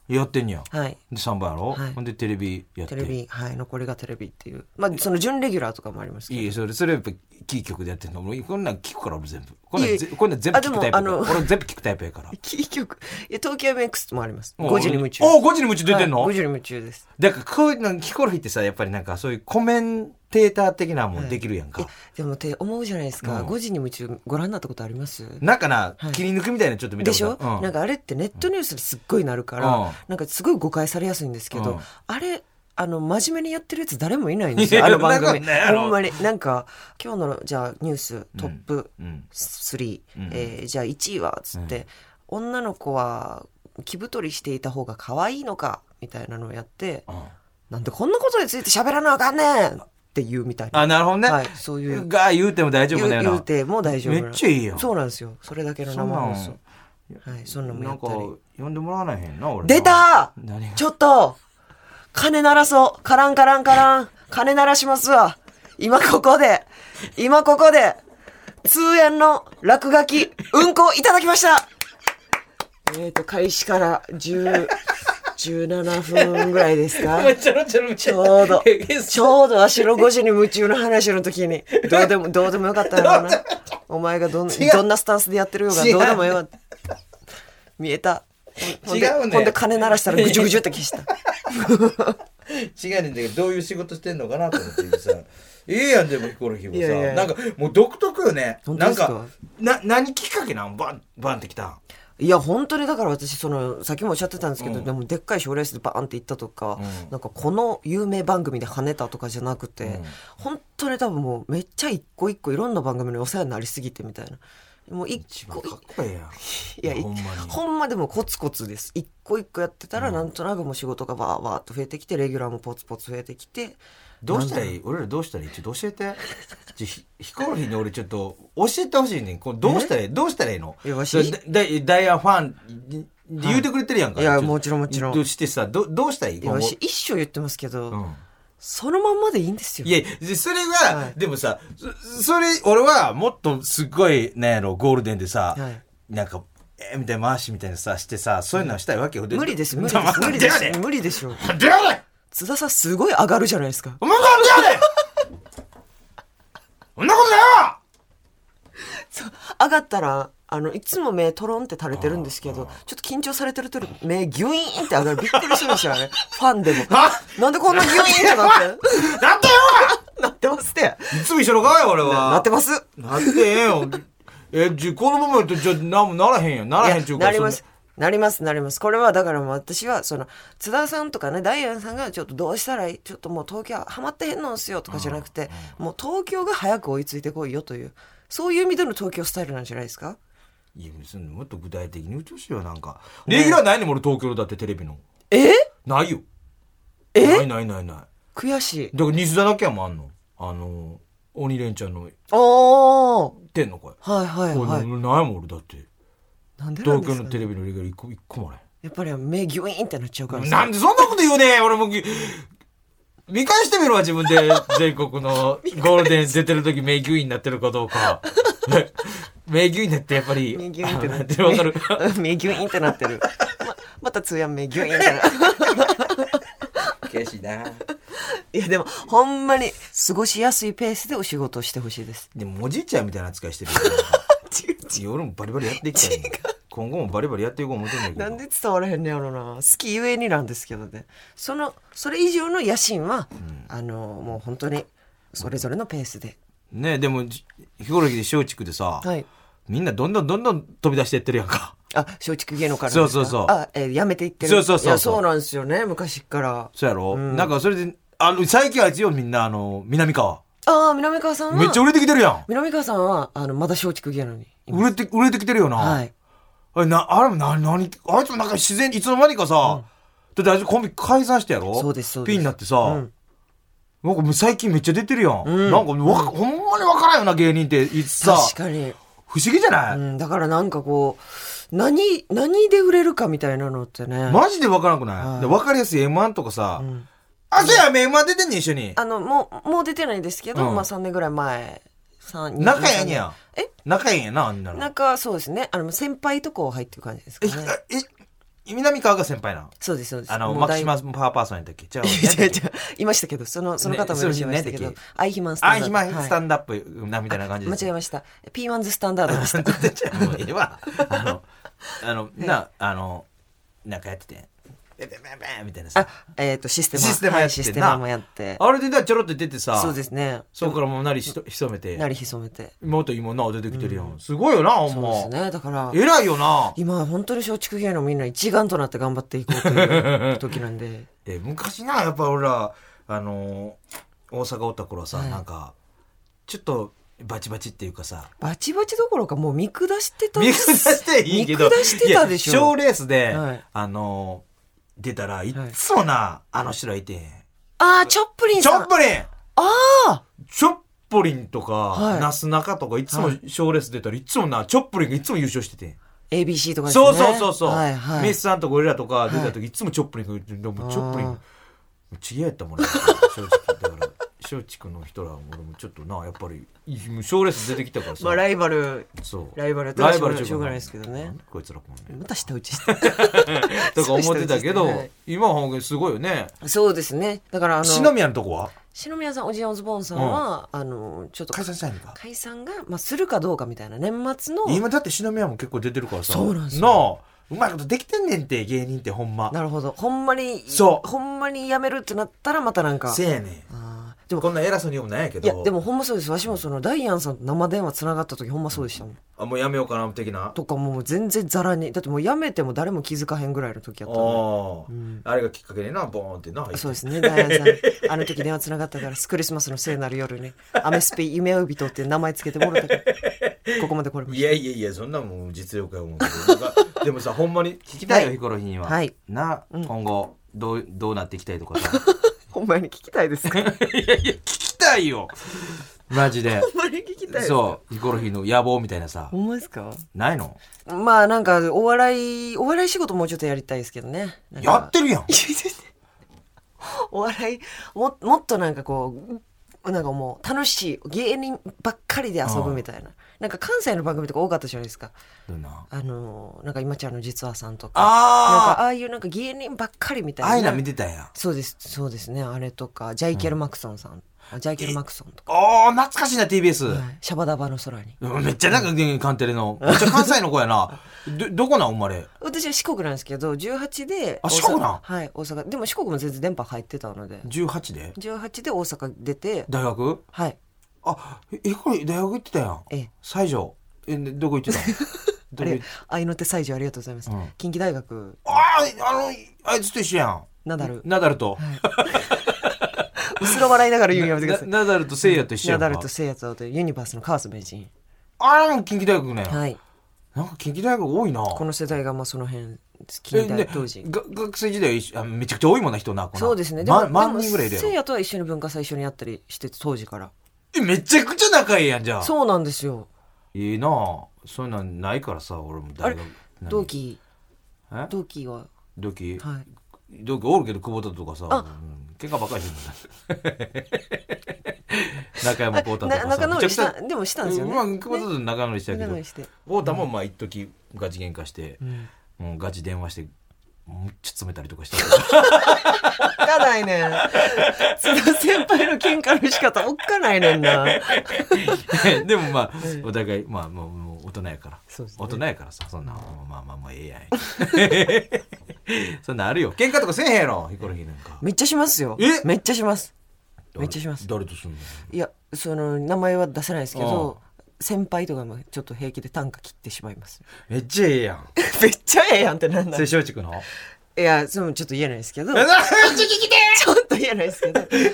[SPEAKER 3] やってんねや。
[SPEAKER 4] はい
[SPEAKER 3] で、3番やろ
[SPEAKER 4] はい
[SPEAKER 3] ほんで、テレビやって。
[SPEAKER 4] テレビはい残りがテレビっていうまあその準レギュラーとかもありますけど
[SPEAKER 3] いいそれ、それやっぱ、キー局でやってんの。俺、こんなん聞くから、俺全部。こん
[SPEAKER 4] い
[SPEAKER 3] なん
[SPEAKER 4] え
[SPEAKER 3] ぜ、こんなん全部
[SPEAKER 4] あで
[SPEAKER 3] 聞
[SPEAKER 4] も
[SPEAKER 3] くタイプやか
[SPEAKER 4] あ
[SPEAKER 3] ら。
[SPEAKER 4] の
[SPEAKER 3] 俺全部聞くタイプや から。
[SPEAKER 4] キー局いや東京 MX もあります
[SPEAKER 3] うん
[SPEAKER 4] 5時に夢中
[SPEAKER 3] おう5時に夢中出てんの
[SPEAKER 4] はい、5時に夢中です
[SPEAKER 3] だから、こういうの、ヒコロヒーってさ、やっぱりなんか、そういうコメンテーター的なもんできるやんか。
[SPEAKER 4] いやでもって思うじゃないですか、
[SPEAKER 3] うん
[SPEAKER 4] 5時に夢中ご覧になったことあります
[SPEAKER 3] なんかな、
[SPEAKER 4] はい
[SPEAKER 3] 切り抜くみたいなのちょっと見た
[SPEAKER 4] で
[SPEAKER 3] こ
[SPEAKER 4] し
[SPEAKER 3] とあ
[SPEAKER 4] ょ
[SPEAKER 3] る、、
[SPEAKER 4] なんかあれってネットニュースですっごいなるから、
[SPEAKER 3] うん
[SPEAKER 4] なんかすごい誤解されやすいんですけど、
[SPEAKER 3] うん
[SPEAKER 4] あれあの真面目にやってるやつ誰もいないんです
[SPEAKER 3] いや
[SPEAKER 4] よあの番
[SPEAKER 3] そんな
[SPEAKER 4] 組
[SPEAKER 3] ことないやろ
[SPEAKER 4] ほんまになんか今日のじゃあニューストップ
[SPEAKER 3] うん。うん。
[SPEAKER 4] 3、
[SPEAKER 3] うん
[SPEAKER 4] えーじゃあ1位はっつって、女の子は着太りしていた方が可愛いのかみたいなのをやって
[SPEAKER 3] うん
[SPEAKER 4] なんでこんなことについて喋らなあかんねんって言うみたいな、
[SPEAKER 3] あ、なるほどね。
[SPEAKER 4] はいそういう
[SPEAKER 3] が言うても大丈
[SPEAKER 4] 言
[SPEAKER 3] 夫
[SPEAKER 4] う
[SPEAKER 3] だよな。
[SPEAKER 4] 言うても大丈夫な
[SPEAKER 3] めっちゃいいやん
[SPEAKER 4] そうなんですよそれだけの生放送はいそんな
[SPEAKER 3] なんん
[SPEAKER 4] もや
[SPEAKER 3] か
[SPEAKER 4] ったり
[SPEAKER 3] 呼んでもらわないへんな俺
[SPEAKER 4] 出た
[SPEAKER 3] 何が
[SPEAKER 4] ちょっと金鳴らそうカランカランカラン金鳴らしますわ今ここで今ここで通園の落書きうんこいただきましたえっと開始から10 17分ぐらいですか
[SPEAKER 3] ちょろちょろ
[SPEAKER 4] ちょうど、ちょうど足の5時に夢中の話の時に、どうでも、どうでもよかったよな。お前がどん
[SPEAKER 3] 違う
[SPEAKER 4] どんなスタンスでやってるようが、
[SPEAKER 3] 違う
[SPEAKER 4] どうでもよかった。見えた。ほんで
[SPEAKER 3] 違うね
[SPEAKER 4] ほんで金鳴らしたらぐちゅぐちゅって消した。
[SPEAKER 3] 違うねんだけどどういう仕事してんのかなと思って今さいいやんでもヒコロヒーもさ
[SPEAKER 4] いやいや
[SPEAKER 3] なんかもう独特よね
[SPEAKER 4] 本当
[SPEAKER 3] な
[SPEAKER 4] で
[SPEAKER 3] ん
[SPEAKER 4] すか
[SPEAKER 3] かな何きっかけなんバンバンってきたん
[SPEAKER 4] いや、本当にだから私、その、さっきもおっしゃってたんですけど、でもでっかい賞レースでバーンって行ったとか、
[SPEAKER 3] うん
[SPEAKER 4] なんかこの有名番組で跳ねたとかじゃなくて、
[SPEAKER 3] うん
[SPEAKER 4] 本当に多分もうめっちゃ一個一個いろんな番組にお世話になりすぎてみたいな。もう一
[SPEAKER 3] 一番
[SPEAKER 4] 個
[SPEAKER 3] かっこええやん
[SPEAKER 4] いや、い
[SPEAKER 3] ほんまに
[SPEAKER 4] ほんまでもコツコツです。一個一個やってたら、なんとなくもう仕事がバーバーっと増えてきて、レギュラーもポツポツ増えてきて、
[SPEAKER 3] どうしたらいい俺らどうしたらいいちょっと教えてちょひヒコロヒーに俺ちょっと教えてほしいねんこれどうしたらいいどうしたらいいの
[SPEAKER 4] いやわし
[SPEAKER 3] だだダイヤファンに言うてくれてるやんか
[SPEAKER 4] いや
[SPEAKER 3] ちょっと
[SPEAKER 4] もちろんもちろん
[SPEAKER 3] どうしてさどどうしたらいい
[SPEAKER 4] いや、私一生言ってますけど、
[SPEAKER 3] うん
[SPEAKER 4] そのまんまでいいんですよ。
[SPEAKER 3] いや、でそれは、
[SPEAKER 4] はい
[SPEAKER 3] でもさ、そそれ、俺はもっとすっごい、なんやろ、ゴールデンでさ、
[SPEAKER 4] はい
[SPEAKER 3] なんか、えーみたいな回しみたいなさ、してさ、そういうのはしたいわけよ。
[SPEAKER 4] 無理です、無理
[SPEAKER 3] だ
[SPEAKER 4] で、
[SPEAKER 3] ますだ
[SPEAKER 4] 無理で
[SPEAKER 3] だよ
[SPEAKER 4] す、
[SPEAKER 3] ね
[SPEAKER 4] 無理でしょう。
[SPEAKER 3] だよね
[SPEAKER 4] 津田さんすごい上がるじゃないですか。
[SPEAKER 3] お前がだよねそんなことだよ
[SPEAKER 4] 上がったら、あの、いつも目トロンって垂れてるんですけど、ちょっと緊張されてると目ギュイーンって上がる。びっくりしましたよね。 ファンでも。
[SPEAKER 3] あ
[SPEAKER 4] なんでこんなギュイーンってな って
[SPEAKER 3] なってよ
[SPEAKER 4] なってますって。
[SPEAKER 3] いつも一緒の顔よ、俺は。
[SPEAKER 4] なってます。
[SPEAKER 3] なってええよ。え、じゃ、このままやったら、じゃ、なんもならへんよ。ないら
[SPEAKER 4] や
[SPEAKER 3] へんちゅうか。
[SPEAKER 4] なります
[SPEAKER 3] そんな。
[SPEAKER 4] なりますなりますこれはだからもう私はその津田さんとかねダイアンさんがちょっとどうしたらいいちょっともう東京はハマってへんのんすよとかじゃなくて、もう東京が早く追いついてこいよというそういう意味での東京スタイルなんじゃないですか
[SPEAKER 3] いや、別にもっと具体的に言うてほしいよ、なんか。レギュラーないねん、俺、東京のだってテレビの。
[SPEAKER 4] え
[SPEAKER 3] ないよ。
[SPEAKER 4] え
[SPEAKER 3] ないないないない。
[SPEAKER 4] 悔しい
[SPEAKER 3] だから西田だけはもうあんのあの鬼レンチャンの
[SPEAKER 4] おー
[SPEAKER 3] てんのこれ
[SPEAKER 4] はいはい
[SPEAKER 3] これ
[SPEAKER 4] はい
[SPEAKER 3] ないもん俺だって
[SPEAKER 4] なんでなん
[SPEAKER 3] 東京の
[SPEAKER 4] ですかね、
[SPEAKER 3] テレビのレギュラー一個一個もない
[SPEAKER 4] やっぱり目ギュイーンってなっちゃうからさ
[SPEAKER 3] なんでそんなこと言うねん俺もう見返してみろ自分 で全国のゴールデン出てる時名牛員になってるかどうか名牛員だってやっぱり
[SPEAKER 4] 目ギュイーンってな
[SPEAKER 3] あ
[SPEAKER 4] っ
[SPEAKER 3] の
[SPEAKER 4] て
[SPEAKER 3] てる わかる
[SPEAKER 4] 目ギュイーンってなってるままた通夜目ギュイーンってなってる
[SPEAKER 3] 悔しいない
[SPEAKER 4] やでもほんまに過ごしやすいペースでお仕事をしてほしいです
[SPEAKER 3] でもおじいちゃんみたいな扱い してる夜もバリバリやっていきたいねん今後もバリバリやっていこう思ってんだけど
[SPEAKER 4] なんで伝わらへんねやろな好きゆえになんですけどねそのそれ以上の野心は、あのもう本当にそれぞれのペースで、
[SPEAKER 3] ねでもじヒコロヒーで松竹でさ、
[SPEAKER 4] はい
[SPEAKER 3] みんなどんどんどんどん飛び出していってるやんか。
[SPEAKER 4] あ松竹芸能からです
[SPEAKER 3] そ
[SPEAKER 4] か
[SPEAKER 3] うそうそう
[SPEAKER 4] あ、えーやめていってる
[SPEAKER 3] そうそうそう
[SPEAKER 4] やそうなんですよね昔から
[SPEAKER 3] そうやろ、なんかそれで、あの、最近あいつよ、みんな、あの、南川。
[SPEAKER 4] ああ南川さんは
[SPEAKER 3] めっちゃ売れてきてるやん。
[SPEAKER 4] 南川さんはあのまだ松竹芸能にいます
[SPEAKER 3] 売れて、売れてきてるよな。
[SPEAKER 4] はい
[SPEAKER 3] あれ、な、あれもな、なに、あいつもなんか自然に、いつの間にかさ、だってあいつコンビ解散してやろ
[SPEAKER 4] そうですそうです
[SPEAKER 3] ピンになってさ、
[SPEAKER 4] うん
[SPEAKER 3] なんかもう最近めっちゃ出てるやん。なんかわ、ほんまにわからんよな、芸人って。いつさ、
[SPEAKER 4] 確かに、
[SPEAKER 3] 不思議じゃない、
[SPEAKER 4] うん、だからなんかこう何何で売れるかみたいなのってね
[SPEAKER 3] マジでわからんくない、
[SPEAKER 4] はい
[SPEAKER 3] でわかりやすい M1 とかさ、あ、そうや、M1 出てんねん、一緒に。
[SPEAKER 4] あの、もう、もう出てないんですけど、
[SPEAKER 3] うん
[SPEAKER 4] まあ3年ぐらい前。三
[SPEAKER 3] 仲ええんや。
[SPEAKER 4] え
[SPEAKER 3] 仲ええんやな、あんなの。
[SPEAKER 4] なんかそうですね。あの、先輩とこう入ってる感じですかね。
[SPEAKER 3] え、え、南川が先輩なの。
[SPEAKER 4] そうですそうです
[SPEAKER 3] あの、
[SPEAKER 4] もう
[SPEAKER 3] マキ
[SPEAKER 4] だ
[SPEAKER 3] シ
[SPEAKER 4] い
[SPEAKER 3] マスパワーパーソンやったっけじゃあ、
[SPEAKER 4] いや違う違ういましたけどそのその方もいらっしゃいましたけ
[SPEAKER 3] ねそ
[SPEAKER 4] ど
[SPEAKER 3] うです
[SPEAKER 4] アイヒマンスタ
[SPEAKER 3] あ、
[SPEAKER 4] ンダード
[SPEAKER 3] 暇スタ
[SPEAKER 4] ン
[SPEAKER 3] ンダップなみたいな感じで
[SPEAKER 4] 間違
[SPEAKER 3] す。
[SPEAKER 4] えましたピーマンズスタンダードでした
[SPEAKER 3] もうええ わ。あの、あの、な、あの、なんかやってて、ベベベベみたいなさ
[SPEAKER 4] あ。えっとシステマ
[SPEAKER 3] システマやってな
[SPEAKER 4] はいシステマもやって
[SPEAKER 3] あれでだちょろっと出てさ、
[SPEAKER 4] そうですね
[SPEAKER 3] そうからもうなりひと潜めて、
[SPEAKER 4] なり潜めて
[SPEAKER 3] 妹今な出てきてるやん。すごいよな、ほ
[SPEAKER 4] そうです
[SPEAKER 3] んま。
[SPEAKER 4] ねだから
[SPEAKER 3] 偉いよな。
[SPEAKER 4] 今は本当に松竹芸能みんな一丸となって頑張っていこうという時なんで
[SPEAKER 3] え昔なやっぱ俺らあのー大阪おった頃さ、
[SPEAKER 4] はい
[SPEAKER 3] なんかちょっとバチバチっていうかさ
[SPEAKER 4] バチバチどころかもう見下してた
[SPEAKER 3] 見下していいけど
[SPEAKER 4] 見下してたでし
[SPEAKER 3] いや賞
[SPEAKER 4] ょ
[SPEAKER 3] レースで、
[SPEAKER 4] はい
[SPEAKER 3] あのー出たらいっつもな、あの人らいてへん
[SPEAKER 4] ああチョップリン
[SPEAKER 3] チョ
[SPEAKER 4] さん
[SPEAKER 3] ップリン
[SPEAKER 4] ああ
[SPEAKER 3] チョップリンとか、
[SPEAKER 4] はい
[SPEAKER 3] なすなかとかいつも賞レース出たらいつもなチョップリンがいつも優勝しててん
[SPEAKER 4] ABC とかですね
[SPEAKER 3] そうそうそうそう、
[SPEAKER 4] はいはい
[SPEAKER 3] メスさんとか俺らとか出た時、い、つもチョップリンがでもチョップリ
[SPEAKER 4] あ
[SPEAKER 3] ン
[SPEAKER 4] ー
[SPEAKER 3] ちげえやったもんね正直だから松竹の人らも俺もちょっとなやっぱり賞レース出てきたからさ、
[SPEAKER 4] まあライバル
[SPEAKER 3] そう
[SPEAKER 4] ライバルやったら
[SPEAKER 3] ライバル
[SPEAKER 4] しょうがないですけどね
[SPEAKER 3] なんでこいつらこんね
[SPEAKER 4] また 下打ちして
[SPEAKER 3] とか思ってたけど、
[SPEAKER 4] そうでしたね
[SPEAKER 3] 今は本当にすごいよね
[SPEAKER 4] そうですね。だからあの
[SPEAKER 3] 篠宮のとこは
[SPEAKER 4] 篠宮さん、おじいおずぼんさんは、あのちょっと
[SPEAKER 3] 解散したいのか
[SPEAKER 4] 解散がまあするかどうかみたいな年末の
[SPEAKER 3] 今だって篠宮も結構出てるからさ
[SPEAKER 4] そうなんですよ
[SPEAKER 3] ようまいことできてんねんって芸人ってほんま
[SPEAKER 4] なるほど。ほんまに
[SPEAKER 3] そう
[SPEAKER 4] ほんまに辞めるってなったらまたなんか。
[SPEAKER 3] せやねん
[SPEAKER 4] あーでも
[SPEAKER 3] こんな偉そうに言うもなんやけ
[SPEAKER 4] い
[SPEAKER 3] ど
[SPEAKER 4] やでもほんまそうです。わしもそのダイアンさんと生電話つながった時ほんまそうでしたもん。
[SPEAKER 3] あもうやめようかな的な
[SPEAKER 4] とかもう全然ザラにだってもう辞めても誰も気づかへんぐらいの時やったんで
[SPEAKER 3] ああ、あれがきっかけでなボーンってな
[SPEAKER 4] そうですね、ダイアンさん。あの時電話つながったから、クリスマスの聖なる夜に、アメスピ夢追い人って名前つけてもらったから、ここまで来れま
[SPEAKER 3] い
[SPEAKER 4] し
[SPEAKER 3] やいやいやそんなもん実力や思うけどなん かでもさほんまに聞きたいよ、
[SPEAKER 4] はい
[SPEAKER 3] ヒコロヒーには、
[SPEAKER 4] はい
[SPEAKER 3] な、今後どうどうなっていきたいとか さ
[SPEAKER 4] た。ほんまに聞きたいですかほん
[SPEAKER 3] いやいや聞きたいよマジで
[SPEAKER 4] まに聞きたいです
[SPEAKER 3] そうヒコロヒーの野望みたいなさ
[SPEAKER 4] ほんまですか
[SPEAKER 3] ないの
[SPEAKER 4] まあなんか、お笑い、お笑い仕事もうちょっとやりたいですけどね。なんか
[SPEAKER 3] やってるやん
[SPEAKER 4] いや全然お笑いももっとなんかこうなんかもう楽しい芸人ばっかりで遊ぶみたいな、なんか関西の番組とか多かったじゃないですか
[SPEAKER 3] どんな
[SPEAKER 4] あのーなんか今ちゃんの実話さんとかなんか
[SPEAKER 3] あ
[SPEAKER 4] ああいうなんか芸人ばっかりみ
[SPEAKER 3] ー
[SPEAKER 4] た
[SPEAKER 3] ああい
[SPEAKER 4] いうな
[SPEAKER 3] の見てたんや
[SPEAKER 4] そうですそうですねあれとかジャイケル・マクソンさん、あジャイケル・マクソンと
[SPEAKER 3] ああ懐かしいな TBS、
[SPEAKER 4] か、はいシャバダバの空に
[SPEAKER 3] うんめっちゃなんかねカンテレ のめっちゃ関西の子やなどどこなん生まれ
[SPEAKER 4] 私は四国なんですけど18で
[SPEAKER 3] あ
[SPEAKER 4] 大阪
[SPEAKER 3] 四国なん
[SPEAKER 4] はい大阪でも四国も全然電波入ってたので
[SPEAKER 3] 18で
[SPEAKER 4] 18で大阪出て
[SPEAKER 3] 大学
[SPEAKER 4] はい
[SPEAKER 3] あえヒコロヒー大学行ってたやん
[SPEAKER 4] ええ
[SPEAKER 3] 西条えでどこ行ってた のど
[SPEAKER 4] あ
[SPEAKER 3] こ行っ
[SPEAKER 4] れ愛の手西条ありがとうございます、
[SPEAKER 3] うん
[SPEAKER 4] 近畿大学
[SPEAKER 3] あーあのあいつと一緒やん
[SPEAKER 4] ナダ ル
[SPEAKER 3] ナダルと、
[SPEAKER 4] 後ろ笑いながら言うのやめてください
[SPEAKER 3] なナダルと聖夜と一緒や
[SPEAKER 4] ナ
[SPEAKER 3] んか
[SPEAKER 4] ダルと聖夜とユニバースの川瀬名人
[SPEAKER 3] あれも近畿大学ね、
[SPEAKER 4] はい
[SPEAKER 3] なんか近畿大学多いな
[SPEAKER 4] この世代がまあその辺
[SPEAKER 3] え
[SPEAKER 4] 近代
[SPEAKER 3] で
[SPEAKER 4] 当時
[SPEAKER 3] が学生時代一緒あめちゃくちゃ多いもんな人なこの
[SPEAKER 4] そうですねでも
[SPEAKER 3] ま、
[SPEAKER 4] で
[SPEAKER 3] 万
[SPEAKER 4] も
[SPEAKER 3] 人ぐらいいる
[SPEAKER 4] 聖
[SPEAKER 3] よ
[SPEAKER 4] 夜とは一緒に文化祭一緒にやったりしてて当時から
[SPEAKER 3] えめちゃくちゃ仲いいやんじゃあ
[SPEAKER 4] そうなんですよ
[SPEAKER 3] いいなあそういうのないからさ俺も大学何
[SPEAKER 4] 同期
[SPEAKER 3] え
[SPEAKER 4] 同期は
[SPEAKER 3] 同期、
[SPEAKER 4] はい
[SPEAKER 3] 同期おるけど久保田とかさ、
[SPEAKER 4] あ
[SPEAKER 3] うん、喧嘩ばっかりしてるもんな中山浩太とか
[SPEAKER 4] な
[SPEAKER 3] さ
[SPEAKER 4] 仲直りし
[SPEAKER 3] めちゃ
[SPEAKER 4] た
[SPEAKER 3] くちゃ
[SPEAKER 4] でもしたんですよね
[SPEAKER 3] まあ、久保田と仲直りしたけ
[SPEAKER 4] 仲
[SPEAKER 3] ど
[SPEAKER 4] 直りして
[SPEAKER 3] 太田もまあ一時ガチ喧嘩して、もうガチ電話してむっちゃ詰めたりとかしたけ
[SPEAKER 4] おっかないねん その先輩の喧嘩の仕方おっかないねんな
[SPEAKER 3] どでもまあお互いまあもうもう大人やから、
[SPEAKER 4] そうですね
[SPEAKER 3] 大人やからさそんなまあまあまあええやんそんなんあるよ喧嘩とかせえへんやろヒコロヒーなんか
[SPEAKER 4] めっちゃしますよ
[SPEAKER 3] え
[SPEAKER 4] めっちゃしますめっちゃします
[SPEAKER 3] 誰とすんの
[SPEAKER 4] いやその名前は出せないですけど先輩とかもちょっと平気で短歌切ってしまいます
[SPEAKER 3] めっちゃええやん
[SPEAKER 4] めっちゃええやんってなん
[SPEAKER 3] そ
[SPEAKER 4] だ
[SPEAKER 3] れ
[SPEAKER 4] い
[SPEAKER 3] 松竹の
[SPEAKER 4] やそのちょっと言えないですけどちょ
[SPEAKER 3] そ
[SPEAKER 4] っと言えないです けどで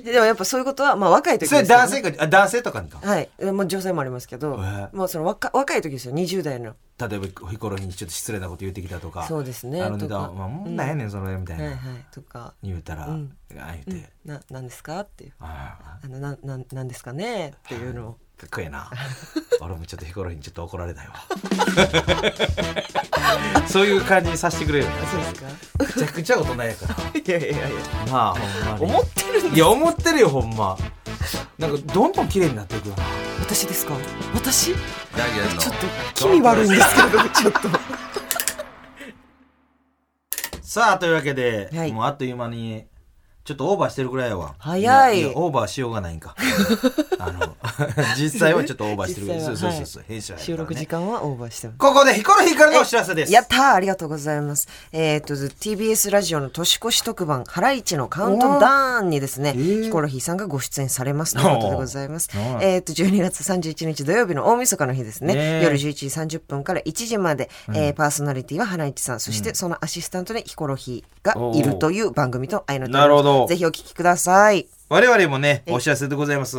[SPEAKER 4] でもやっぱそういうことはまあ若い時ですよ
[SPEAKER 3] れ
[SPEAKER 4] ね
[SPEAKER 3] 男性かあ男性とかにか
[SPEAKER 4] はいもう女性もありますけど
[SPEAKER 3] え
[SPEAKER 4] もうその若若い時ですよ20代の
[SPEAKER 3] 例えばヒコロヒーにちょっと失礼なこと言ってきたとか
[SPEAKER 4] そうですね
[SPEAKER 3] あのネタ
[SPEAKER 4] とか
[SPEAKER 3] まあもうなんやねんそれみたい
[SPEAKER 4] はいは
[SPEAKER 3] ない
[SPEAKER 4] とか
[SPEAKER 3] 言うたらあ
[SPEAKER 4] うん
[SPEAKER 3] あ言う
[SPEAKER 4] 「う
[SPEAKER 3] て
[SPEAKER 4] んななんですか?」っていう
[SPEAKER 3] ああ
[SPEAKER 4] 「あのなななんですかね?」っていうのを
[SPEAKER 3] かっこええ な俺もちょっとヒコロヒーにちょっと怒られたいわ そういう感じにさせてくれよ
[SPEAKER 4] 「あそうで すか?
[SPEAKER 3] めちゃくちゃ大人やから」
[SPEAKER 4] いやいやいやいや
[SPEAKER 3] まあほんまに
[SPEAKER 4] 思ってるん
[SPEAKER 3] いや思ってるよほんまなんかどんどん綺麗になっていくよな
[SPEAKER 4] 私ですか私
[SPEAKER 3] ダイアンの
[SPEAKER 4] ちょっと気味悪いんですけどちょっと。
[SPEAKER 3] さあ、というわけで、
[SPEAKER 4] はい
[SPEAKER 3] もうあっという間に、ちょっとオーバーしてるぐらいやわ。
[SPEAKER 4] 早い
[SPEAKER 3] ややオーバーしようがないん か。あの、実際はちょっとオーバーしてるぐらい。そ
[SPEAKER 4] 実
[SPEAKER 3] うそ
[SPEAKER 4] 際
[SPEAKER 3] う
[SPEAKER 4] は
[SPEAKER 3] そうそう、編集やからね
[SPEAKER 4] 収録時間はオーバーしてます
[SPEAKER 3] ここでヒコロヒーからのお知らせです。
[SPEAKER 4] やったーありがとうございます。えーっと、TBS ラジオの年越し特番、ハライチのカウントダウンにですね、ヒコロヒーさんがご出演されますということでございます
[SPEAKER 3] おー。
[SPEAKER 4] えーっと、12月31日土曜日の大晦日の日ですね、
[SPEAKER 3] ねえ
[SPEAKER 4] 夜11時30分から1時まで、えーパーソナリティはハライチさん、そしてそのアシスタントにヒコロヒーがいるという番組と相なっております
[SPEAKER 3] なるほど
[SPEAKER 4] ぜひお聞きください。
[SPEAKER 3] 我々もね、お知らせでございます。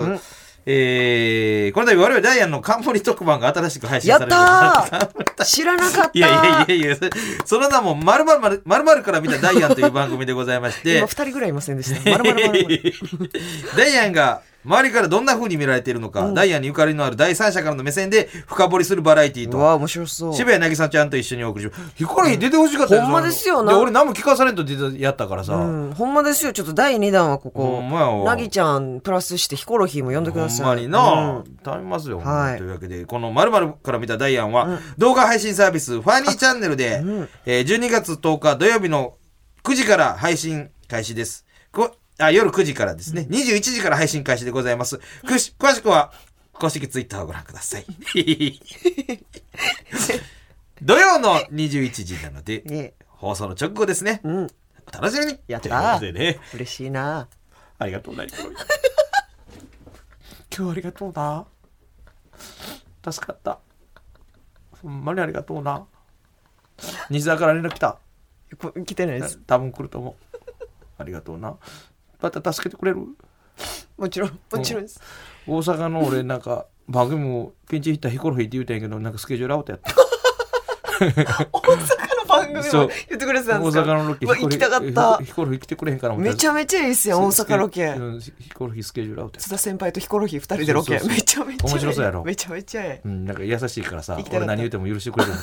[SPEAKER 3] えー、この度我々ダイアンの冠特番が新しく配信
[SPEAKER 4] や
[SPEAKER 3] さ
[SPEAKER 4] っ
[SPEAKER 3] れ
[SPEAKER 4] た
[SPEAKER 3] ることになりました
[SPEAKER 4] ー知らなかった
[SPEAKER 3] いやいやいやいや、そその名も、まるまるまるから見たダイアンという番組でございまして
[SPEAKER 4] 今、2人ぐらいいませんでした。まるまるまるまる
[SPEAKER 3] ダイアンが周りからどんな風に見られているのか、ダイアンにゆかりのある第三者からの目線で深掘りするバラエティー
[SPEAKER 4] う
[SPEAKER 3] と、
[SPEAKER 4] わー面白そう。
[SPEAKER 3] 渋谷渚ちゃんと一緒にお送りします。ヒコロヒー出てほしかった
[SPEAKER 4] ほんまですよな
[SPEAKER 3] な。俺何も聞かされんと出たやったからさ。
[SPEAKER 4] うん、ほんまですよ。ちょっと第2弾はこ
[SPEAKER 3] ほ
[SPEAKER 4] こ
[SPEAKER 3] んまや、わ
[SPEAKER 4] なぎちゃんプラスしてヒコロヒーも呼んでください。
[SPEAKER 3] ほんまにな、
[SPEAKER 4] うん
[SPEAKER 3] 頼みますよ、
[SPEAKER 4] はい
[SPEAKER 3] というわけでこの「まるから見たダイアンは」動画配信サービス「ファニーチャンネルで」えー12月10日土曜日の9時から配信開始ですこあ夜9時からですね、21時から配信開始でございますくし詳しくは公式ツイッターをご覧くだ さい土曜の21時なので、
[SPEAKER 4] ね
[SPEAKER 3] 放送の直後ですね、
[SPEAKER 4] ん
[SPEAKER 3] お楽しみに
[SPEAKER 4] やった
[SPEAKER 3] ということでね
[SPEAKER 4] 嬉しいな。
[SPEAKER 3] ありがとうな、ヒコロヒー今日はありがとうな。助かった。ほんまにありがとうな。西沢から連絡来た。
[SPEAKER 4] こ来てないです。
[SPEAKER 3] 多分来ると思う。ありがとうな。また助けてくれる
[SPEAKER 4] もちろん、もちろんです。
[SPEAKER 3] 大阪の俺なんか番組もピンチヒッターヒコロヒーって言うたんやけどなんかスケジュールアウトやった。
[SPEAKER 4] 大阪の番組も
[SPEAKER 3] そう
[SPEAKER 4] 言ってくれてた
[SPEAKER 3] 大
[SPEAKER 4] んですか
[SPEAKER 3] 阪のロケ
[SPEAKER 4] うわ
[SPEAKER 3] ヒコロ
[SPEAKER 4] 行き
[SPEAKER 3] ヒー
[SPEAKER 4] たか
[SPEAKER 3] ヒ
[SPEAKER 4] った
[SPEAKER 3] コ。ヒコロヒー来てくれへんから
[SPEAKER 4] めち
[SPEAKER 3] ゃ
[SPEAKER 4] ゃめちゃいいですよ、大阪ロケ。
[SPEAKER 3] うんヒコロヒースケジュールアウトやっ
[SPEAKER 4] 津田先輩とヒコロヒー2人でロケ。
[SPEAKER 3] そうそうそう
[SPEAKER 4] めちゃめちゃいい
[SPEAKER 3] 面白そうやろ
[SPEAKER 4] めちゃめちゃえ
[SPEAKER 3] た。うんなんか優しいからさ
[SPEAKER 4] 行きたかった
[SPEAKER 3] 俺何言うても許してくれるん だ。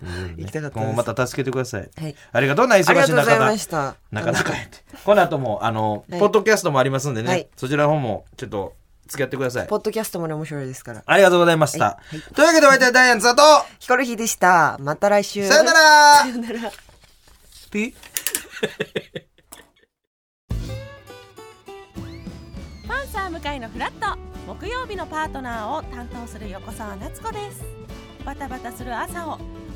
[SPEAKER 3] うん
[SPEAKER 4] 行きたかったです
[SPEAKER 3] もうまた助けてください。
[SPEAKER 4] え。はい。
[SPEAKER 3] ありがとうな、忙し
[SPEAKER 4] ありがと
[SPEAKER 3] いう
[SPEAKER 4] ござい
[SPEAKER 3] 中
[SPEAKER 4] ま
[SPEAKER 3] だ
[SPEAKER 4] し。た。
[SPEAKER 3] なかなかやって。この後も、あの、
[SPEAKER 4] はい
[SPEAKER 3] ポッドキャストもありますんでね、
[SPEAKER 4] はい
[SPEAKER 3] そちらの方も、ちょっと、付き合ってください
[SPEAKER 4] ポ。ッドキャストもね面白いですから。
[SPEAKER 3] ありがとうございました。というわけで、お相手はダイアン佐藤
[SPEAKER 4] ヒコロヒーでした。また来週。
[SPEAKER 3] さよな ら
[SPEAKER 4] さよなら。
[SPEAKER 3] ピ
[SPEAKER 1] パンサー向かいのフラット木曜日のパートナーを担当する横澤夏子ですバタバタする朝を